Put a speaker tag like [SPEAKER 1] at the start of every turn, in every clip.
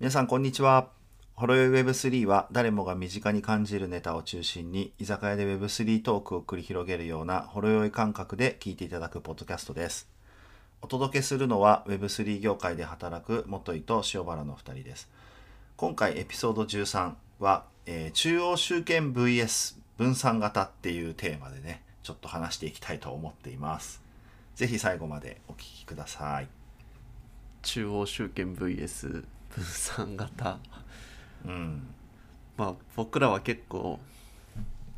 [SPEAKER 1] 皆さんこんにちは。ホロウェブ3は誰もが身近に感じるネタを中心に居酒屋で Web3 トークを繰り広げるようなほろ酔い感覚で聞いていただくポッドキャストです。お届けするのは Web3 業界で働く元井と塩原の2人です。今回エピソード13は、えー中央集権 VS 分散型っていうテーマでね、ちょっと話していきたいと思っています。ぜひ最後までお聞きください。
[SPEAKER 2] 中央集権 VS 分散型
[SPEAKER 1] うん。
[SPEAKER 2] まあ僕らは結構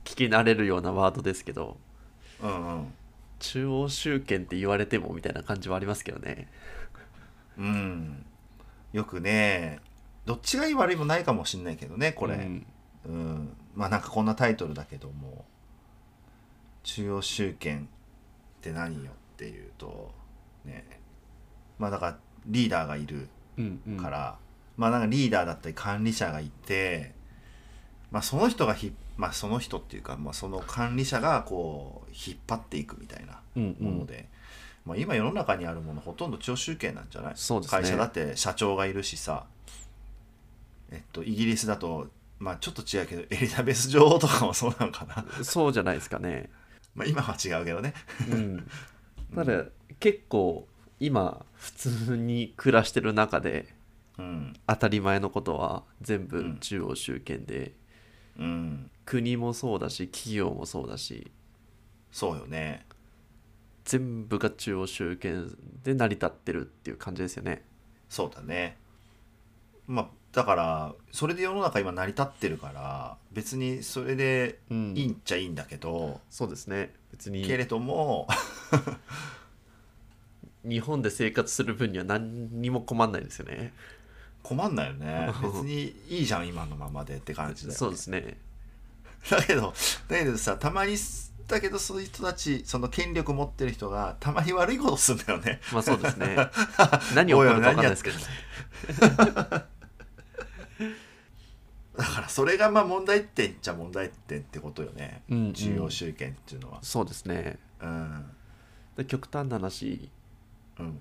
[SPEAKER 2] 聞き慣れるようなワードですけど
[SPEAKER 1] うんうん。
[SPEAKER 2] 中央集権って言われてもみたいな感じはありますけどね
[SPEAKER 1] うん、よくねどっちがいい悪いもないかもしんないけどねこれ、う
[SPEAKER 2] うんん
[SPEAKER 1] まあなんかこんなタイトルだけども「中央集権って何よ」っていうとねまあだからリーダーがいる
[SPEAKER 2] うんうん
[SPEAKER 1] から、まあなんかリーダーだったり管理者がいて、まあ、その人がひ、まあ、その人っていうか、まあ、その管理者がこう引っ張っていくみたいな。
[SPEAKER 2] うんう
[SPEAKER 1] もの
[SPEAKER 2] ん
[SPEAKER 1] で、まあ、今世の中にあるものほとんど長集権なんじゃない
[SPEAKER 2] そうですね
[SPEAKER 1] 会社だって社長がいるしさ、えっと、イギリスだと、まあ、ちょっと違うけどエリザベス女王とかもそうなのかな
[SPEAKER 2] そうじゃないですかね
[SPEAKER 1] まあ今は違うけどね
[SPEAKER 2] うんただ結構今普通に暮らしてる中で
[SPEAKER 1] うん
[SPEAKER 2] 当たり前のことは全
[SPEAKER 1] う
[SPEAKER 2] 部
[SPEAKER 1] ん
[SPEAKER 2] 中央集権で
[SPEAKER 1] うん
[SPEAKER 2] 国もそうだし企業もそうだし
[SPEAKER 1] そうよね
[SPEAKER 2] 全部が中央集権で成り立ってるっていう感じですよね。
[SPEAKER 1] そうだねまあだからそれで世の中今成り立ってるから別にそれで
[SPEAKER 2] うん
[SPEAKER 1] いいんちゃいいんだけど、
[SPEAKER 2] そうですね別
[SPEAKER 1] け
[SPEAKER 2] に
[SPEAKER 1] れども
[SPEAKER 2] 日本で生活する分には何にも困んないですよね。
[SPEAKER 1] 困んないよね別にいいじゃん今のままでって感じだよね
[SPEAKER 2] そうですね。
[SPEAKER 1] だけどだけどさたまにだけどそういう人たちその権力持ってる人がたまに悪いことするんだよね
[SPEAKER 2] まあそうで すね。何起こるか分かんないですけどね。
[SPEAKER 1] だからそれがまあ問題点っちゃ問題点ってことよね、
[SPEAKER 2] うんうん
[SPEAKER 1] 中央集権っていうのは
[SPEAKER 2] そうですね。
[SPEAKER 1] うん
[SPEAKER 2] で極端な話、
[SPEAKER 1] うん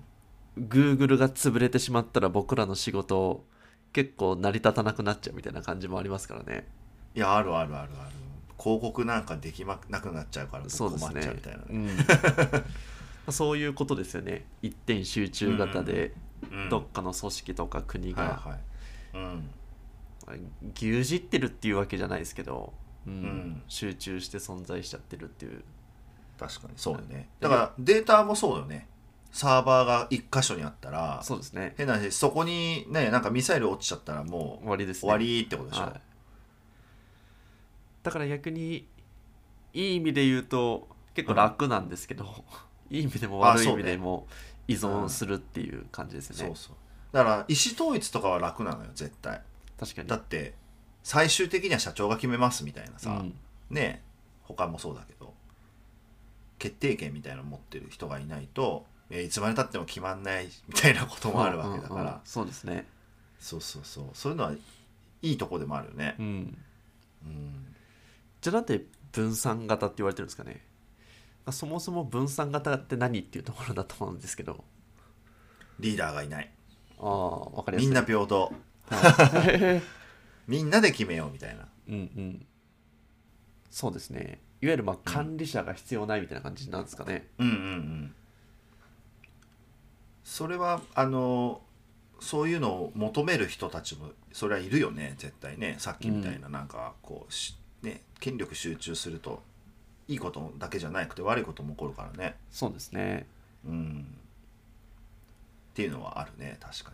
[SPEAKER 2] Google が潰れてしまったら僕らの仕事結構成り立たなくなっちゃうみたいな感じもありますからね。
[SPEAKER 1] いやあるあるあるある広告なんかできまなくなっちゃうから僕
[SPEAKER 2] そう
[SPEAKER 1] 困
[SPEAKER 2] で
[SPEAKER 1] っちゃう
[SPEAKER 2] すね
[SPEAKER 1] みたいな。ね
[SPEAKER 2] う んそういうことですよね。一点集中型で
[SPEAKER 1] うん
[SPEAKER 2] どっかの組織とか国
[SPEAKER 1] はい
[SPEAKER 2] が
[SPEAKER 1] はいうん
[SPEAKER 2] 牛耳ってるっていうわけじゃないですけど、うん
[SPEAKER 1] ん
[SPEAKER 2] 集中して存在しちゃってるっていう
[SPEAKER 1] 確かにそうだよね
[SPEAKER 2] う
[SPEAKER 1] だ
[SPEAKER 2] ん
[SPEAKER 1] からデータもそうだよねサーバーが一箇所にあったら
[SPEAKER 2] そうですね
[SPEAKER 1] 変な話そこにねなんかミサイル落ちちゃったらも
[SPEAKER 2] 終わりで
[SPEAKER 1] う
[SPEAKER 2] すね
[SPEAKER 1] 終わりってことでしょ、
[SPEAKER 2] はい、だから逆にいい意味で言うと結構楽なんですけど、いい意味でも
[SPEAKER 1] あ
[SPEAKER 2] 悪い意
[SPEAKER 1] そう
[SPEAKER 2] 味
[SPEAKER 1] ね
[SPEAKER 2] でも依存するっていう感じですね、
[SPEAKER 1] そうそうだから意思統一とかは楽なのよ絶対
[SPEAKER 2] 確かに
[SPEAKER 1] だって最終的には社長が決めますみたいなさ、
[SPEAKER 2] うん
[SPEAKER 1] ねえ他もそうだけど決定権みたいなの持ってる人がいないとえーいつまでたっても決まんないみたいなこともあるわけだから、
[SPEAKER 2] うんうんうんそうですね
[SPEAKER 1] そうそうそうそういうのはいいとこでもあるよね
[SPEAKER 2] う、ん
[SPEAKER 1] うん、
[SPEAKER 2] じゃあなんで分散型って言われてるんですかねまあそもそも分散型って何っていうところだと思うんですけど
[SPEAKER 1] リーダーがいない
[SPEAKER 2] ああ分かりやす
[SPEAKER 1] み
[SPEAKER 2] い
[SPEAKER 1] んな平等
[SPEAKER 2] はい、
[SPEAKER 1] みんなで決めようみたいな
[SPEAKER 2] うんうんそうですねいわゆるまあ管理者が必要ないみたいな感じなんですかね、
[SPEAKER 1] うんうんうんそれはあのそういうのを求める人たちもそれはいるよね絶対ねさっきみたいな、なんかこうしね権力集中するといいことだけじゃなくて悪いことも起こるからね
[SPEAKER 2] そうですね
[SPEAKER 1] うんっていうのはあるね確か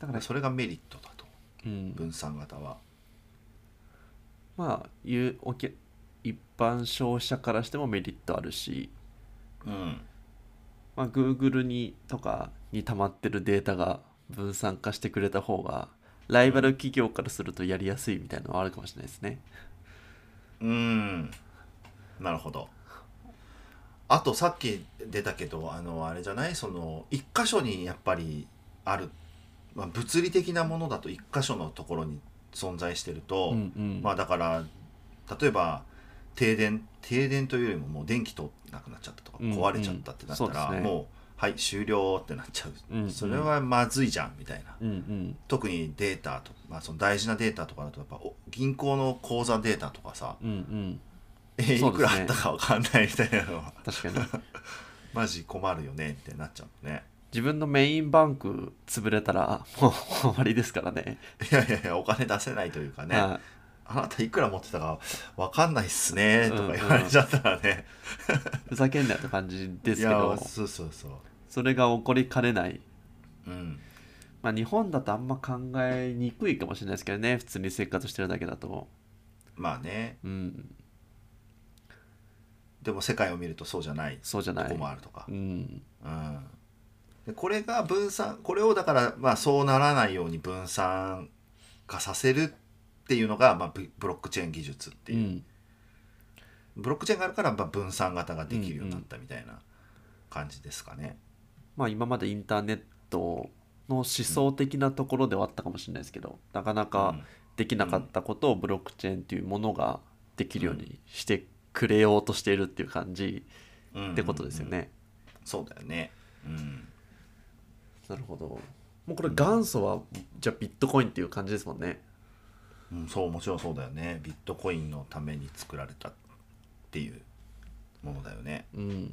[SPEAKER 2] だから
[SPEAKER 1] にそれがメリットだと
[SPEAKER 2] うん、
[SPEAKER 1] 分散型は
[SPEAKER 2] まあいうおけ一般消費者からしてもメリットあるし、
[SPEAKER 1] うん
[SPEAKER 2] まあ、Google にとかに溜まってるデータが分散化してくれた方がライバル企業からするとやりやすいみたいなのはあるかもしれないですね。
[SPEAKER 1] うんなるほどあとさっき出たけどあのあれじゃないその一箇所にやっぱりある、まあ、物理的なものだと一箇所のところに存在してると、
[SPEAKER 2] うんうん
[SPEAKER 1] まあだから例えば停電停電というよりももう電気通ってなくなっちゃったとか
[SPEAKER 2] うんうん
[SPEAKER 1] 壊れちゃったってなったら、
[SPEAKER 2] そうですね
[SPEAKER 1] もうはい終了ってなっちゃう、
[SPEAKER 2] うんうん
[SPEAKER 1] それはまずいじゃんみたいな
[SPEAKER 2] うんうん
[SPEAKER 1] 特にデータと、まあ、その大事なデータとかだとやっぱお銀行の口座データとかさ、
[SPEAKER 2] うんうん
[SPEAKER 1] え
[SPEAKER 2] そうですね
[SPEAKER 1] いくらあったかわかんないみたいなの は
[SPEAKER 2] 確かに
[SPEAKER 1] マジ困るよねってなっちゃうね
[SPEAKER 2] 自分のメインバンク潰れたらもう終わりですからね
[SPEAKER 1] いやいやいやお金出せないというかね、
[SPEAKER 2] は
[SPEAKER 1] あなたいくら持ってたかわかんないっすねとか言
[SPEAKER 2] う
[SPEAKER 1] わ
[SPEAKER 2] んうん
[SPEAKER 1] れちゃったらね、
[SPEAKER 2] いふざけんなよって感じです
[SPEAKER 1] い
[SPEAKER 2] け
[SPEAKER 1] や
[SPEAKER 2] ど
[SPEAKER 1] そうそうそう
[SPEAKER 2] それが起こりかねない
[SPEAKER 1] うん
[SPEAKER 2] まあ日本だとあんま考えにくいかもしれないですけどね普通に生活してるだけだと
[SPEAKER 1] まあね
[SPEAKER 2] うん
[SPEAKER 1] でも世界を見るとそうじゃない
[SPEAKER 2] そうじゃ
[SPEAKER 1] と
[SPEAKER 2] な
[SPEAKER 1] こ
[SPEAKER 2] い
[SPEAKER 1] もあるとか
[SPEAKER 2] う、ん
[SPEAKER 1] うん、でこれが分散これをだから、まあ、そうならないように分散化させるっていうのが、まあ、ブブロックチェーン技術って
[SPEAKER 2] う
[SPEAKER 1] いう、
[SPEAKER 2] ん
[SPEAKER 1] ブロックチェーンがあるから、まあ、分散型ができるようになったみたいな感じですかね。
[SPEAKER 2] まあ今までインターネットの思想的なところではあったかもしれないですけどなかなかできなかったことをブロックチェーンというものができるようにしてくれようとしているっていう感じ
[SPEAKER 1] うん
[SPEAKER 2] ってことですよ
[SPEAKER 1] うん
[SPEAKER 2] ね。
[SPEAKER 1] そうだよね、うん、
[SPEAKER 2] なるほど。もうこれ元祖はじゃあビットコインっていう感じですもんね。
[SPEAKER 1] うん、そうもちろんそうだよねビットコインのために作られたっていうものだよね
[SPEAKER 2] うん。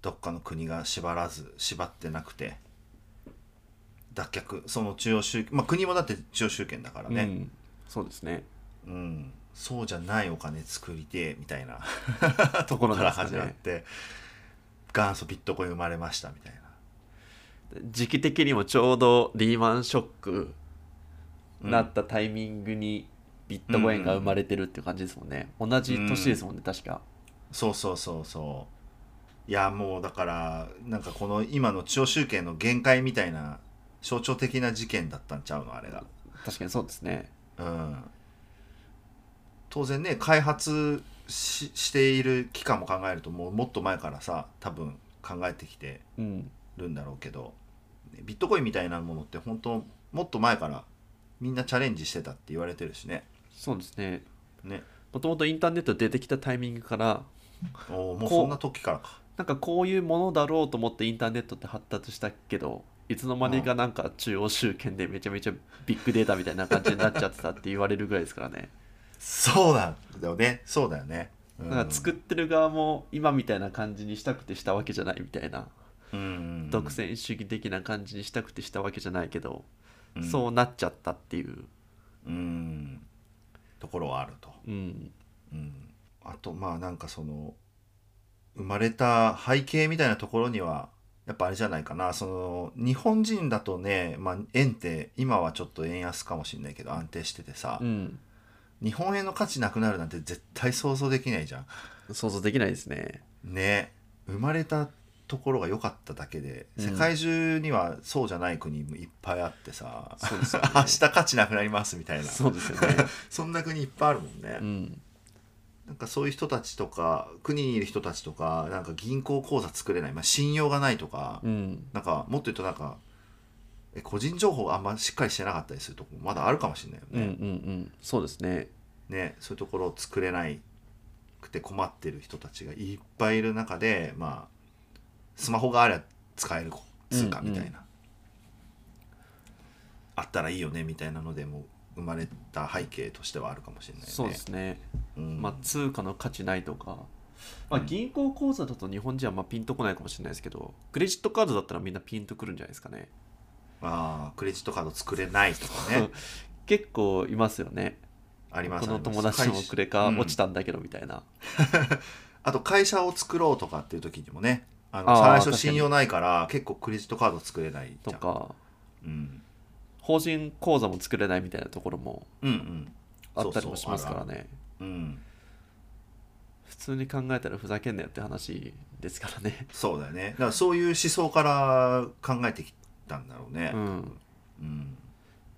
[SPEAKER 1] どっかの国が縛らず縛ってなくて脱却その中央集権まあ国もだって中央集権だから
[SPEAKER 2] う
[SPEAKER 1] ね、
[SPEAKER 2] ん。そうですね。
[SPEAKER 1] うんそうじゃないお金作りてえみたいな
[SPEAKER 2] ところ
[SPEAKER 1] から
[SPEAKER 2] なんですか
[SPEAKER 1] 始まっ
[SPEAKER 2] ね。
[SPEAKER 1] て元祖ビットコイン生まれましたみたいな
[SPEAKER 2] 時期的にもちょうどリーマンショックなったタイミングにビットコインが生まれてるっていう感じですもんね。同じ年ですもんね、確か。
[SPEAKER 1] そうそうそうそういやもうだからなんかこの今の中央集権の限界みたいな象徴的な事件だったんちゃうのあれが
[SPEAKER 2] 確かにそうですね。
[SPEAKER 1] うん当然ね開発ししている期間も考えるともうもっと前からさ多分考えてきて
[SPEAKER 2] うん。
[SPEAKER 1] るんだろうけどビットコインみたいなものって本当もっと前からみんなチャレンジしてたって言われてるしね
[SPEAKER 2] そうですね。
[SPEAKER 1] ね
[SPEAKER 2] もともとインターネット出てきたタイミングから
[SPEAKER 1] おーもう
[SPEAKER 2] こう
[SPEAKER 1] そんな時からか
[SPEAKER 2] なんかこういうものだろうと思ってインターネットって発達したけどいつの間にかなんか中央集権でめちゃめちゃビッグデータみたいな感じになっちゃってたって言われるぐらいですからね
[SPEAKER 1] そうなんだよねそうだよね、う
[SPEAKER 2] なんか作ってる側も今みたいな感じにしたくてしたわけじゃないみたいな
[SPEAKER 1] うんうん
[SPEAKER 2] 独占主義的な感じにしたくてしたわけじゃないけど
[SPEAKER 1] うん
[SPEAKER 2] そうなっちゃったっていう
[SPEAKER 1] うんところはあると
[SPEAKER 2] うん
[SPEAKER 1] うん、あとまあなんかその生まれた背景みたいなところにはやっぱあれじゃないかなその日本人だとね、まあ、円って今はちょっと円安かもしれないけど安定しててさ、
[SPEAKER 2] うん
[SPEAKER 1] 日本円の価値なくなるなんて絶対想像できないじゃん。
[SPEAKER 2] 想像できないですね
[SPEAKER 1] ね生まれたところが良かっただけで
[SPEAKER 2] うん
[SPEAKER 1] 世界中にはそうじゃない国もいっぱいあってさ、
[SPEAKER 2] そうです よ
[SPEAKER 1] 明日価値なくなりますみたいな
[SPEAKER 2] そうですよね
[SPEAKER 1] そんな国いっぱいあるもんね。
[SPEAKER 2] うん
[SPEAKER 1] なんかそういう人たちとか国にいる人たちとかなんか銀行口座作れない、まあ、信用がないとか、
[SPEAKER 2] うん
[SPEAKER 1] なんかもっと言うとなんかえ個人情報があんましっかりしてなかったりするとこもまだあるかもしれないよ
[SPEAKER 2] うんうんう
[SPEAKER 1] ね,、
[SPEAKER 2] んそうですね
[SPEAKER 1] ねそういうところを作れないくて困ってる人たちがいっぱいいる中で、まあ、スマホがあれば使える通貨みたいな、
[SPEAKER 2] うんうん
[SPEAKER 1] あったらいいよねみたいなのでもう生まれた背景としてはあるかもしれないよね。
[SPEAKER 2] そうですね
[SPEAKER 1] うん
[SPEAKER 2] まあ、通貨の価値ないとか、まあ、銀行口座だと日本人はまあピンとこないかもしれないですけどクレジットカードだったらみんなピンとくるんじゃないですかね
[SPEAKER 1] あークレジットカード作れないとかね
[SPEAKER 2] 結構いますよね
[SPEAKER 1] あります
[SPEAKER 2] この友
[SPEAKER 1] あ
[SPEAKER 2] 達
[SPEAKER 1] り
[SPEAKER 2] の
[SPEAKER 1] ます
[SPEAKER 2] クレカ
[SPEAKER 1] うん
[SPEAKER 2] 落ちたんだけどみたいな、
[SPEAKER 1] あと会社を作ろうとかっていう時にもねあの
[SPEAKER 2] あー
[SPEAKER 1] 最
[SPEAKER 2] 確か
[SPEAKER 1] 初
[SPEAKER 2] に
[SPEAKER 1] 信用ないから結構クレジットカード作れない
[SPEAKER 2] と
[SPEAKER 1] じゃん、
[SPEAKER 2] か
[SPEAKER 1] うん、
[SPEAKER 2] 法人口座も作れないみたいなところも
[SPEAKER 1] うんうん
[SPEAKER 2] あったりもしますからね
[SPEAKER 1] そうそうあるあるうん
[SPEAKER 2] 普通に考えたらふざけんなよって話ですから ね
[SPEAKER 1] そうだよねだからそういう思想から考えてきたんだろうね
[SPEAKER 2] う、ん
[SPEAKER 1] うん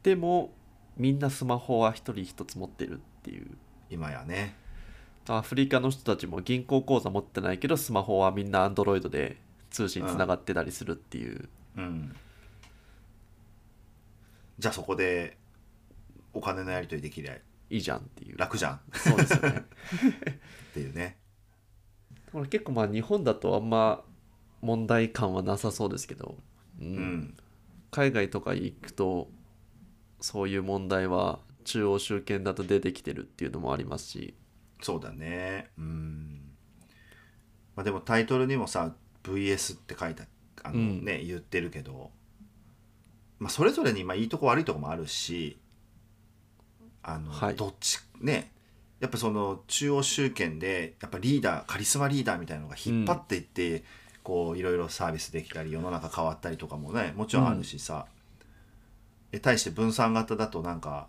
[SPEAKER 2] でもみんなスマホは一人一つ持ってるっていう
[SPEAKER 1] 今やね
[SPEAKER 2] アフリカの人たちも銀行口座持ってないけどスマホはみんなアンドロイドで通信つながってたりするっていう、
[SPEAKER 1] うんじゃあそこでお金のやり取りできりゃ
[SPEAKER 2] いいじゃんっていう
[SPEAKER 1] 楽じゃんっ
[SPEAKER 2] そうですよね
[SPEAKER 1] ていうね
[SPEAKER 2] これ結構まあ日本だとあんま問題感はなさそうですけど、う
[SPEAKER 1] うんん
[SPEAKER 2] 海外とか行くとそういう問題は中央集権だと出てきてるっていうのもありますし
[SPEAKER 1] そうだねうん、まあ、でもタイトルにもさ「VS」って書いたあの、
[SPEAKER 2] うん
[SPEAKER 1] ね言ってるけど、まあ、それぞれにまあいいとこ悪いとこもあるしあの、
[SPEAKER 2] はい
[SPEAKER 1] どっちねやっぱその中央集権でやっぱリーダーカリスマリーダーみたいなのが引っ張っていって、こういろいろサービスできたり世の中変わったりとかもねもちろんあるしさ、で対して分散型だとなんか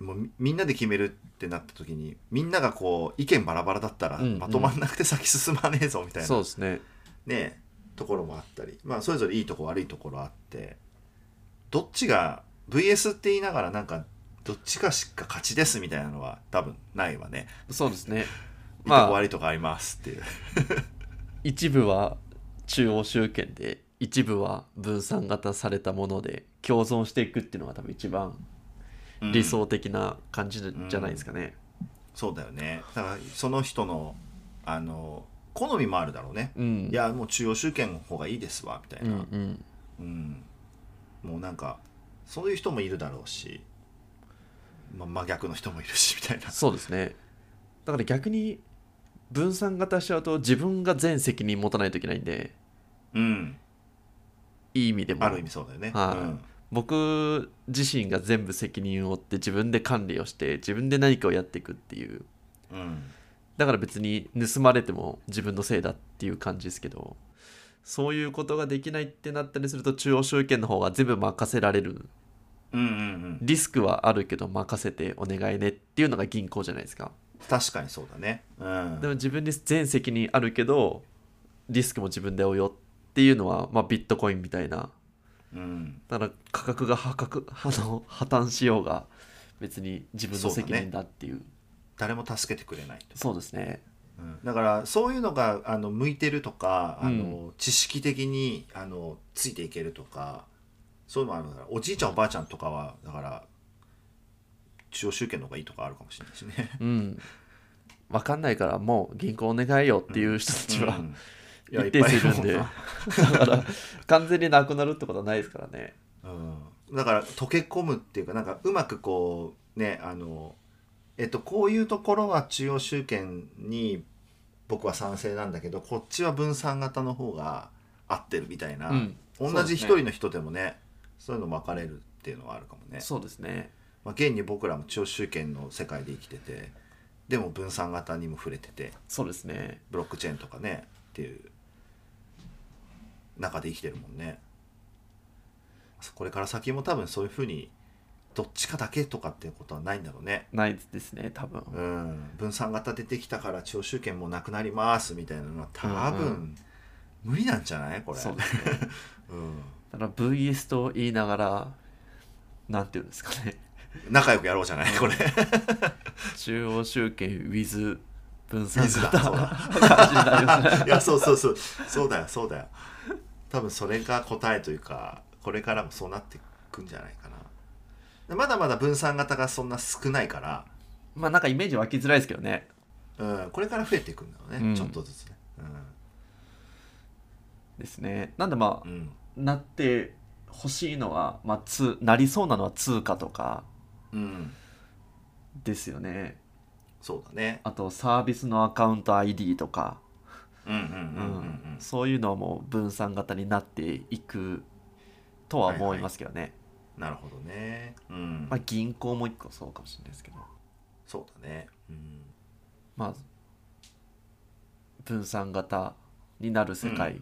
[SPEAKER 1] もうみみんなで決めるってなった時にみんながこう意見バラバラだったら
[SPEAKER 2] うんうん
[SPEAKER 1] まとまんなくて 先進まねえぞみたいな、
[SPEAKER 2] そうですね
[SPEAKER 1] ねところもあったりまあそれぞれいいとこ悪いところあってどっちが VS って言いながらなんかどっちかしか勝ちですみたいなのは多分ないわね。
[SPEAKER 2] そうですね
[SPEAKER 1] いいとこ
[SPEAKER 2] まあ
[SPEAKER 1] 悪いとこありますっていう。
[SPEAKER 2] 一部は中央集権で一部は分散型されたもので共存していくっていうのが多分一番
[SPEAKER 1] うん
[SPEAKER 2] 理想的な感じじゃないですかね。
[SPEAKER 1] そうだよね。だからその人のあの好みもあるだろうね。
[SPEAKER 2] うん、
[SPEAKER 1] いやもう中央集権の方がいいですわみた
[SPEAKER 2] う
[SPEAKER 1] い
[SPEAKER 2] ん
[SPEAKER 1] な。
[SPEAKER 2] うん
[SPEAKER 1] うん、もうなんかそういう人もいるだろうし、まあ、真逆の人もいるしみたいな
[SPEAKER 2] そうですねだから逆に分散型しちゃうと自分が全責任持たないといけないんで
[SPEAKER 1] うん
[SPEAKER 2] いい意味でも
[SPEAKER 1] ある意味そうだよね、
[SPEAKER 2] はい
[SPEAKER 1] うん
[SPEAKER 2] 僕自身が全部責任を負って自分で管理をして自分で何かをやっていくっていう
[SPEAKER 1] うん、
[SPEAKER 2] だから別に盗まれても自分のせいだっていう感じですけどそういうことができないってなったりすると中央集権の方が全部任せられる
[SPEAKER 1] うんうんうん
[SPEAKER 2] リスクはあるけど任せてお願いねっていうのが銀行じゃないですか
[SPEAKER 1] 確かにそうだねうん
[SPEAKER 2] でも自分に全責任あるけどリスクも自分で負うよっていうのは、まあ、ビットコインみたいな
[SPEAKER 1] うん
[SPEAKER 2] だから価格が破格あの破綻しようが別に自分の責任だっていう
[SPEAKER 1] 誰も助けてくれないと、
[SPEAKER 2] そうですね
[SPEAKER 1] うんだからそういうのがあの向いてるとかあの、知識的にあのついていけるとかそういうのもあるからおじいちゃんおばあちゃんとかはだから中央集権の方がいいとかあるかもしれないしね。
[SPEAKER 2] うん分かんないからもう銀行お願いよっていう人たちは、
[SPEAKER 1] うんいや
[SPEAKER 2] 一定数いるん
[SPEAKER 1] いっぱいい
[SPEAKER 2] で
[SPEAKER 1] るもんな
[SPEAKER 2] だから完全になくなるってことはないですからね
[SPEAKER 1] うん、だから溶け込むっていうかなんかうまくこうねあのえっとこういうところは中央集権に僕は賛成なんだけどこっちは分散型の方が合ってるみたいな、
[SPEAKER 2] うん
[SPEAKER 1] 同
[SPEAKER 2] そうです
[SPEAKER 1] じ
[SPEAKER 2] ね
[SPEAKER 1] 一人の人でもねそういうの分かれるっていうのはあるかもね。
[SPEAKER 2] そうですね
[SPEAKER 1] まあ、現に僕らも中央集権の世界で生きててでも分散型にも触れてて
[SPEAKER 2] そうですね
[SPEAKER 1] ブロックチェーンとかねっていう中で生きてるもんねこれから先も多分そういうふうにどっちかだけとかっていうことはないんだろうね
[SPEAKER 2] ないですね多分
[SPEAKER 1] うん分散型出てきたから徴収権もなくなりますみたいなのは多
[SPEAKER 2] うんう
[SPEAKER 1] 分無理なんじゃないこれ
[SPEAKER 2] そうですね
[SPEAKER 1] うん、
[SPEAKER 2] だから VS と言いながらなんていうんですかね
[SPEAKER 1] 仲良くやろうじゃないこれ
[SPEAKER 2] 中央集権 with 分散
[SPEAKER 1] With だ
[SPEAKER 2] 型
[SPEAKER 1] そうだ
[SPEAKER 2] 感じになりますね
[SPEAKER 1] いやそうそうそうそうだよそうだよ多分それが答えというかこれからもそうなっていくんじゃないかなでまだまだ分散型がそんな少ないから、
[SPEAKER 2] まあなんかイメージ湧きづらいですけどね
[SPEAKER 1] うん、これから増えていくんだろうね、
[SPEAKER 2] うん
[SPEAKER 1] ちょっとずつね
[SPEAKER 2] ですねなんでまあ
[SPEAKER 1] うん、うん
[SPEAKER 2] なってほしいのは、まあ、つなりそうなのは通貨とか
[SPEAKER 1] うん、
[SPEAKER 2] ですよね
[SPEAKER 1] そうだね
[SPEAKER 2] あとサービスのアカウント ID とか、
[SPEAKER 1] うんうんうん
[SPEAKER 2] うん
[SPEAKER 1] うんうん
[SPEAKER 2] そういうのはもう分散型になっていくとは思いますけどね、
[SPEAKER 1] なるほどねうん、
[SPEAKER 2] まあ、銀行も一個そうかもしれないですけど
[SPEAKER 1] そうだねうん
[SPEAKER 2] まあ分散型になる世界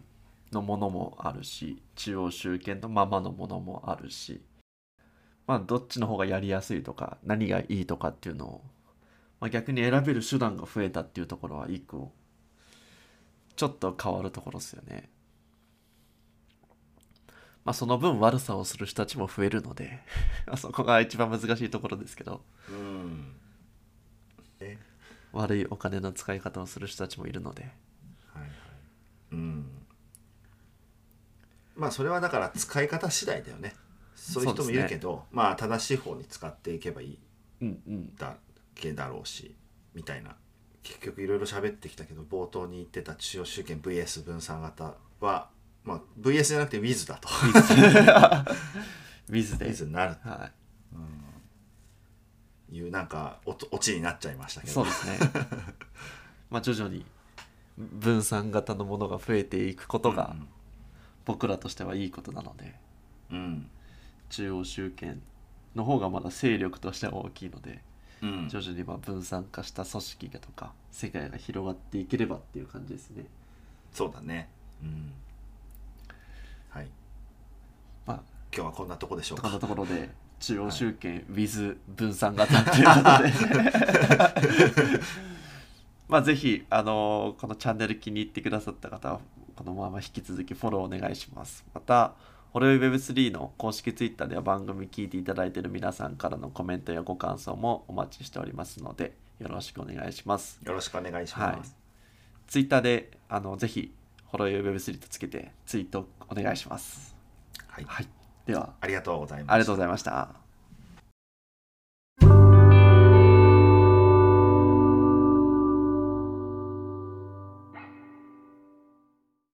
[SPEAKER 2] のものもあるし、中央集権のままのものもあるしまあどっちの方がやりやすいとか何がいいとかっていうのを、まあ、逆に選べる手段が増えたっていうところは一個ちょっと変わるところですよね。まあその分悪さをする人たちも増えるので まあそこが一番難しいところですけど
[SPEAKER 1] うんえ
[SPEAKER 2] 悪いお金の使い方をする人たちもいるので。
[SPEAKER 1] はいはいうんまあそれはだから使い方次第だよねそういう人もいるけど、まあ正しい方に使っていけばいい
[SPEAKER 2] うんうん
[SPEAKER 1] だけだろうしみたいな結局いろいろ喋ってきたけど冒頭に言ってた中央集権 VS 分散型はまあ、VS じゃなくて Wiz だと。
[SPEAKER 2] ウィズで
[SPEAKER 1] Wiz になる
[SPEAKER 2] は
[SPEAKER 1] というなんかおとオチになっちゃいました
[SPEAKER 2] い、
[SPEAKER 1] けど。
[SPEAKER 2] そうですねまあ徐々に分散型のものが増えていくことが僕らとしてはいいことなので
[SPEAKER 1] うん
[SPEAKER 2] 中央集権の方がまだ勢力としては大きいので
[SPEAKER 1] うんうん
[SPEAKER 2] 徐々にまあ分散化した組織がとか世界が広がっていければっていう感じですね
[SPEAKER 1] そうだね。うんはい。
[SPEAKER 2] まあ
[SPEAKER 1] 今日はこんなとこでしょう
[SPEAKER 2] こんな
[SPEAKER 1] か。
[SPEAKER 2] ところで中央集権 with 分散型っていうことで まあぜひあのーこのチャンネル気に入ってくださった方はこのまま引き続きフォローお願いしますまたホロウェブ3の公式ツイッターでは番組聞いていただいている皆さんからのコメントやご感想もお待ちしておりますのでよろしくお願いします
[SPEAKER 1] よろしくお願いし
[SPEAKER 2] はい
[SPEAKER 1] ます。
[SPEAKER 2] ツイッターであのぜひホロウェブ3とつけてツイートお願いします
[SPEAKER 1] はい。
[SPEAKER 2] はいでは
[SPEAKER 1] ありがとうございま
[SPEAKER 2] あり
[SPEAKER 1] す
[SPEAKER 2] がとうございました